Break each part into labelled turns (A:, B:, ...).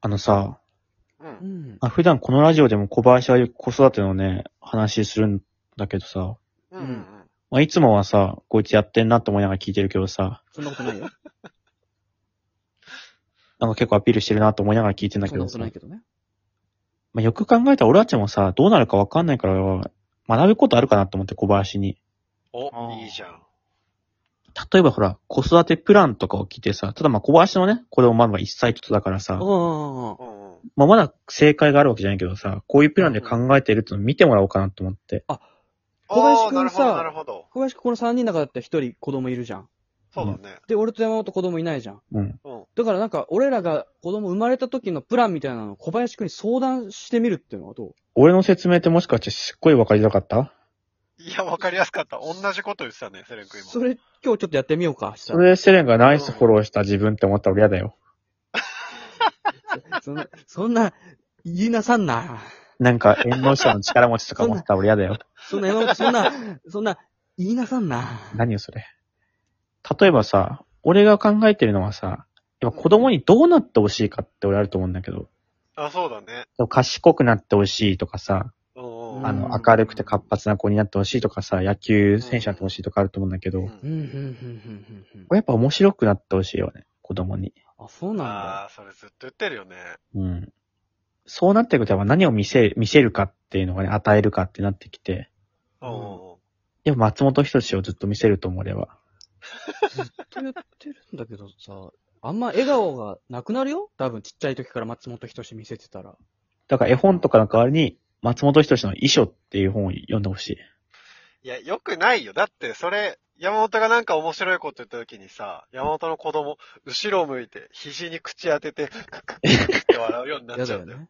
A: あのさ、
B: う。
C: うんん。
A: あ普段このラジオでも小林はよく子育てのね、話するんだけどさ、
B: うん
C: うん
B: うん。
A: まあ、いつもはさ、こいつやってんなって思いながら聞いてるけどさ、
C: そんなことないよ。
A: なんか結構アピールしてるなと思いながら聞いてんだ
C: そ
A: け
C: んな
A: ど
C: こと
A: さ、
C: な
A: ま
C: いけどね。
A: あ、よく考えたら俺たちもさ、どうなるかわかんないから、学ぶことあるかなと思って小林に。
B: お
C: あ、ー
B: いいじゃん。
A: 例えばほら、子育てプランとかを聞いてさ、ただまあ小林のね、子供まだ1歳ちょっとだからさ、
C: お
B: う
C: ー。
B: んうん。
A: まあまだ正解があるわけじゃないけどさ、こういうプランで考えてるってのを見てもらおうかなと思って。
C: 小林
B: あーなる
C: 君
B: ほど、
C: さ
B: なるほど。
C: 小林くんこの3人の中だって1人子供いるじゃん。
B: そうだね。
C: で、俺と山本子供いないじゃん。
A: うん。
B: うん。
C: だからなんか、俺らが子供生まれた時のプランみたいなのを小林くんに相談してみるっていうのはどう
A: 俺の説明ってもしかしてすっごいわかりづらかった
B: いや、わかりやすかった。同じこと言ってたね、セレン君
C: そ
B: 今。
C: れ、今日ちょっとやってみようか、した
A: そ
C: ら。
A: れでセレンがナイスフォローした自分って思ったら俺嫌だよ。
C: そんな、そんな、言いなさんな。
A: なんか、縁の下の力持ちとか思ったら俺嫌だよ。
C: そんな山本、そ んな、そんな、言いなさんな。
A: 何よそれ。例えばさ、俺が考えてるのはさ、やっぱ子供にどうなってほしいかって俺あると思うんだけど、
B: あ、そうだね。
A: 賢くなってほしいとかさ、
B: うんうん。
A: あ
C: うん
A: の、明るくて活発な子になってほしいとかさ、野球選手になってほしいとかあると思うんだけど、
B: う
A: こ
C: うん、うん、うん、うん
B: ん。、
C: うん。うん
A: れやっぱ面白くなってほしいよね、子供に。
C: あ、そうなんだ。
B: ああ、それずっと言ってるよね。
A: うん。そうなってくるとやっぱ何を見せ、見せるかっていうのがね、与えるかってなってきて、
B: うんうんうん。
A: でも松本人志をずっと見せると思う俺は。
C: ずっと言ってるんだけどさ、あんま笑顔がなくなるよ多分ちっちゃい時から松本人志見せてたら。
A: だから絵本とかの代わりに、松本人志の遺書っていう本を読んでほしい。
B: いや、よくないよ。だって、それ、山本がなんか面白いこと言った時にさ、山本の子供、後ろを向いて、肘に口当てて、ククククって笑うようにな
C: や
B: っち
C: だ
B: ゃう
C: よ
B: んだよ。
C: ね。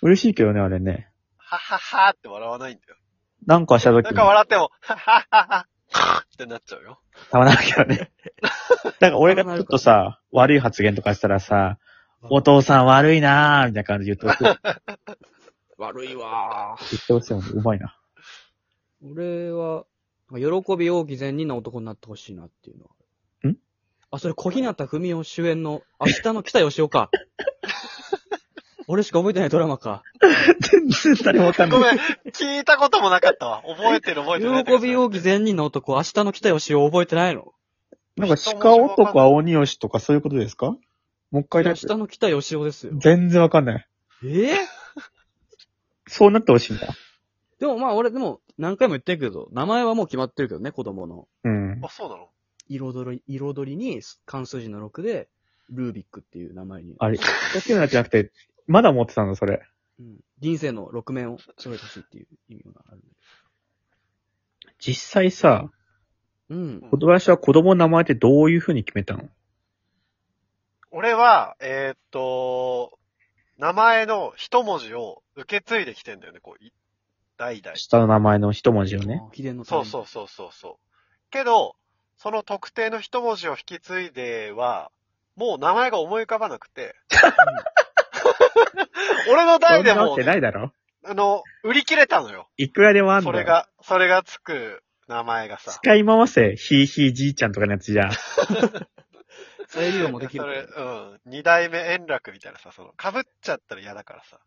A: 嬉しいけどね、あれね。
B: はっはっはーって笑わないんだよ。
A: なんかした時
B: な
A: に
B: んか笑っても、はっはっははってなっちゃうよ。
A: たまらんけど ね。だから俺がちょっとさ、悪い発言とかしたらさ、お父さん悪いなーみたいな感じで言って ほしい。
C: 悪いわ
A: 言ってほしいもん、うまいな。
C: ー。俺は、喜び大義善人な男になってほしいなっていうのは。
A: ん
C: あ、それ小日向文雄主演の明日の北吉岡。 俺しか覚えてないドラマか。
A: 全然誰もわかん
B: ご
A: ない。
B: めん、聞いたこともなかったわ。覚えてる覚えてない。
C: 喜び大義善人の男、明日の北吉を覚えてないの
A: なんか鹿男、青鬼吉とかそういうことですかもう一
C: 明
A: 回だ
C: 日の北吉をですよ。
A: 全然わかんない。
C: えー、
A: そうなってほしいんだ。
C: でもまあ俺でも何回も言ってるけど、名前はもう決まってるけどね、子供の。
A: うん。
B: あ、そうなの
C: 彩り、彩りに関数字の6で、ルービックっていう名前に。
A: あ れ、野球のやつじゃなくて、まだ持ってたんだ、それ。
C: うん、人生の6面を揃えてほしいっていう意味があるんで。
A: 実際さ、
C: うん。
A: 小林は子供の名前ってどういう風に決めたの
B: 俺は、えーっと、名前の一文字を受け継いできてんだよね、こう、い代々。
A: 下の名前の一文字をね。
C: あ。秘伝の。
B: そうそううそうそうそう。けど、その特定の一文字を引き継いでは、もう名前が思い浮かばなくて。俺の代で
A: そんな
B: も
A: わ
B: う
A: け、ないだろ
B: あの、売り切れたのよ。
A: いくらでもあんの
B: それ。が、それがつく名前がさ。
A: 使い回せ、ひいひいじいちゃんとかのやつじゃん。
C: 再利用もでき
B: それ、
C: る。
B: うん。二代目円楽みたいなさ、その、被っちゃったら嫌だからさ。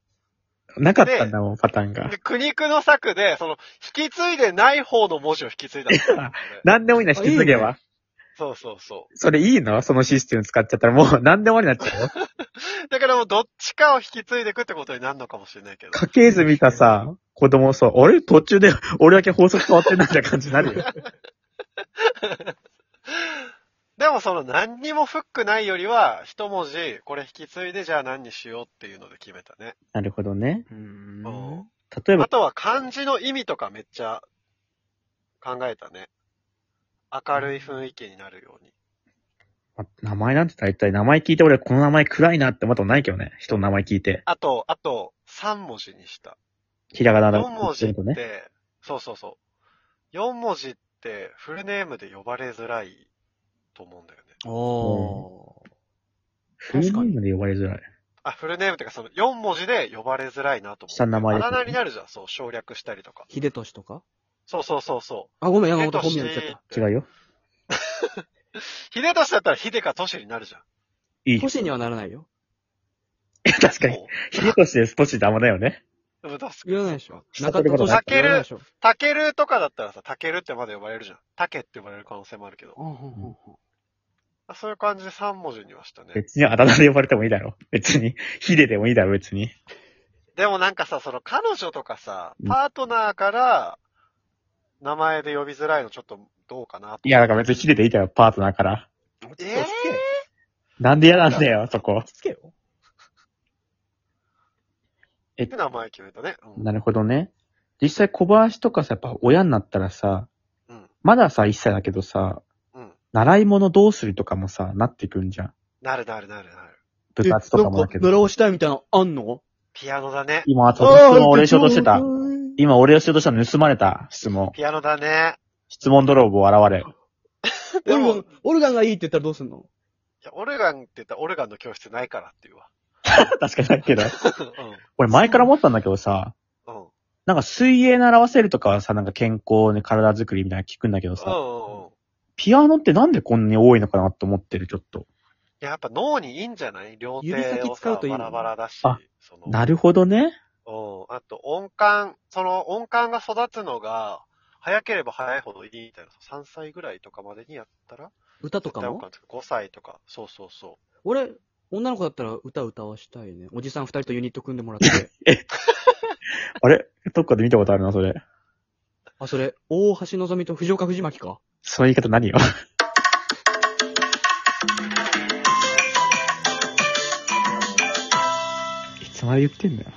A: なかったんだもん、パターンが
B: で、。苦肉の策で、その、引き継いでない方の文字を引き継いだの俺
A: なんでもいいな、引き継げ
C: あい
A: は。
B: そうそうそ
A: それいいのそのシステム使っちゃったらもうなんでもありになっちゃうよ。
B: う。だからもうどっちかを引き継いでいくってことになるのかもしれないけど。
A: 家系図見たさ、子供そう、あれ途中で俺だけ法則変わってないみたいな感じになる よ。
B: でもその何にもフックないよりは、一文字、これ引き継いでじゃあ何にしようっていうので決めたね。
A: なるほどね。
C: うー
B: うん
C: ん。
A: 例えば
B: あ、とは漢字の意味とかめっちゃ考えたね。明るい雰囲気になるように。
A: ま名前なんて大体名前聞いて俺この名前暗いなって思ったことないけどね。人の名前聞いて。
B: あと、あと、三文字にした。
A: ひらがなだ
B: 四文字っ
A: とね。
B: て、そうそうそう。四文字ってフルネームで呼ばれづらいと思うんだよね。
C: おー。
A: フルネ
C: 確かに
A: ームで呼ばれづらい。
B: あ、フルネームっていうかその四文字で呼ばれづらいなと思って。
A: 下の名前
B: あ
A: ですね
B: だ名になるじゃん、そう、省略したりとか。
C: 秀俊とか
B: そうそうそうそう。
C: あ、ごめん、山
B: 秀
C: 本
B: と
C: 本
B: し
C: 名言っちゃった。
A: 違うよ。
B: 秀俊だったら秀か俊になるじゃん。
A: いい。
C: 俊にはならないよ。
A: 確かに。ヒゲとして少しダメだよね。
B: でも確か
C: い
B: に。
C: らないでしょ。
A: 下
C: 中
A: 取る
C: 田
A: こと
C: と
A: ない
C: しらないでしょ。
B: タケルとかだったらさ、タケルってまで呼ばれるじゃん。タケって呼ばれる可能性もあるけど。
C: うんうんうんうん
B: あそういう感じで3文字にはしたね。
A: 別にあだ名で呼ばれてもいいだろ。別に。ヒデでもいいだろ、別に。
B: でもなんかさ、その彼女とかさ
A: う、ん
B: パートナーから、名前で呼びづらいのちょっとどうかなと。
A: いや、だから別にヒデでいいだろ、パートナーから。
B: え
C: 落ち着けよ
A: なんで嫌なんだよ、そこ。
C: 落ち着けよ。
B: ーって名前決めたね。うん。
A: なるほどね。実際小林とかさ、やっぱ親になったらさ、
B: うん。
A: まださ、1歳だけどさ、
B: うん。
A: 習い物どうするとかもさ、なってくんじゃん。
B: なるなるなるなる。
A: 部活とかもだけ
C: えなん習
A: ど。
C: わしたいみたいなのあんの
B: ピアノだね。
A: 今、ちょっと質
C: あ
A: 問をお礼しようとしてた。
C: い
A: 今、お礼をしようとしたの盗まれた質問。
B: ピアノだね。
A: 質問泥棒現 れ。
C: オ
B: で
C: ルガ
B: も、
C: ン
B: い、
C: オルガンがいいって言ったらどうすんの
B: やオルガンって言ったらオルガンの教室ないからっていうわ。
A: 確かにだけど。
B: う
A: 俺前から思ったんだけどさ、
B: ん。うん。
A: なんか水泳習わせるとかはさ、なんか健康に体づくりみたいなの聞くんだけど
B: う
A: さ、
B: んうんうん。
A: ピアノってなんでこんなに多いのかなって思ってる、ちょっと。
B: いや、やっぱ脳にいいんじゃない両手
C: 指先
B: を
C: 使う
B: さ
C: といい
B: バ
C: の
B: ラバラだし。
A: あ
B: その
A: なるほどね。
B: うん。あと、音感、その音感が育つのが、早ければ早いほどいいみたいな。3歳ぐらいとかまでにやったら
C: 歌と
B: 絶
C: か
B: 対音
C: も
B: 感つく ?5 歳とか。そうそうそ
C: 俺、女の子だったら歌歌わしたいね。おじさん二人とユニット組んでもら って。
A: あれどっかで見たことあるな、それ。
C: あ、それ、大橋のぞみと藤岡藤巻か
A: その言い方何よ。いつまで言ってんだよ。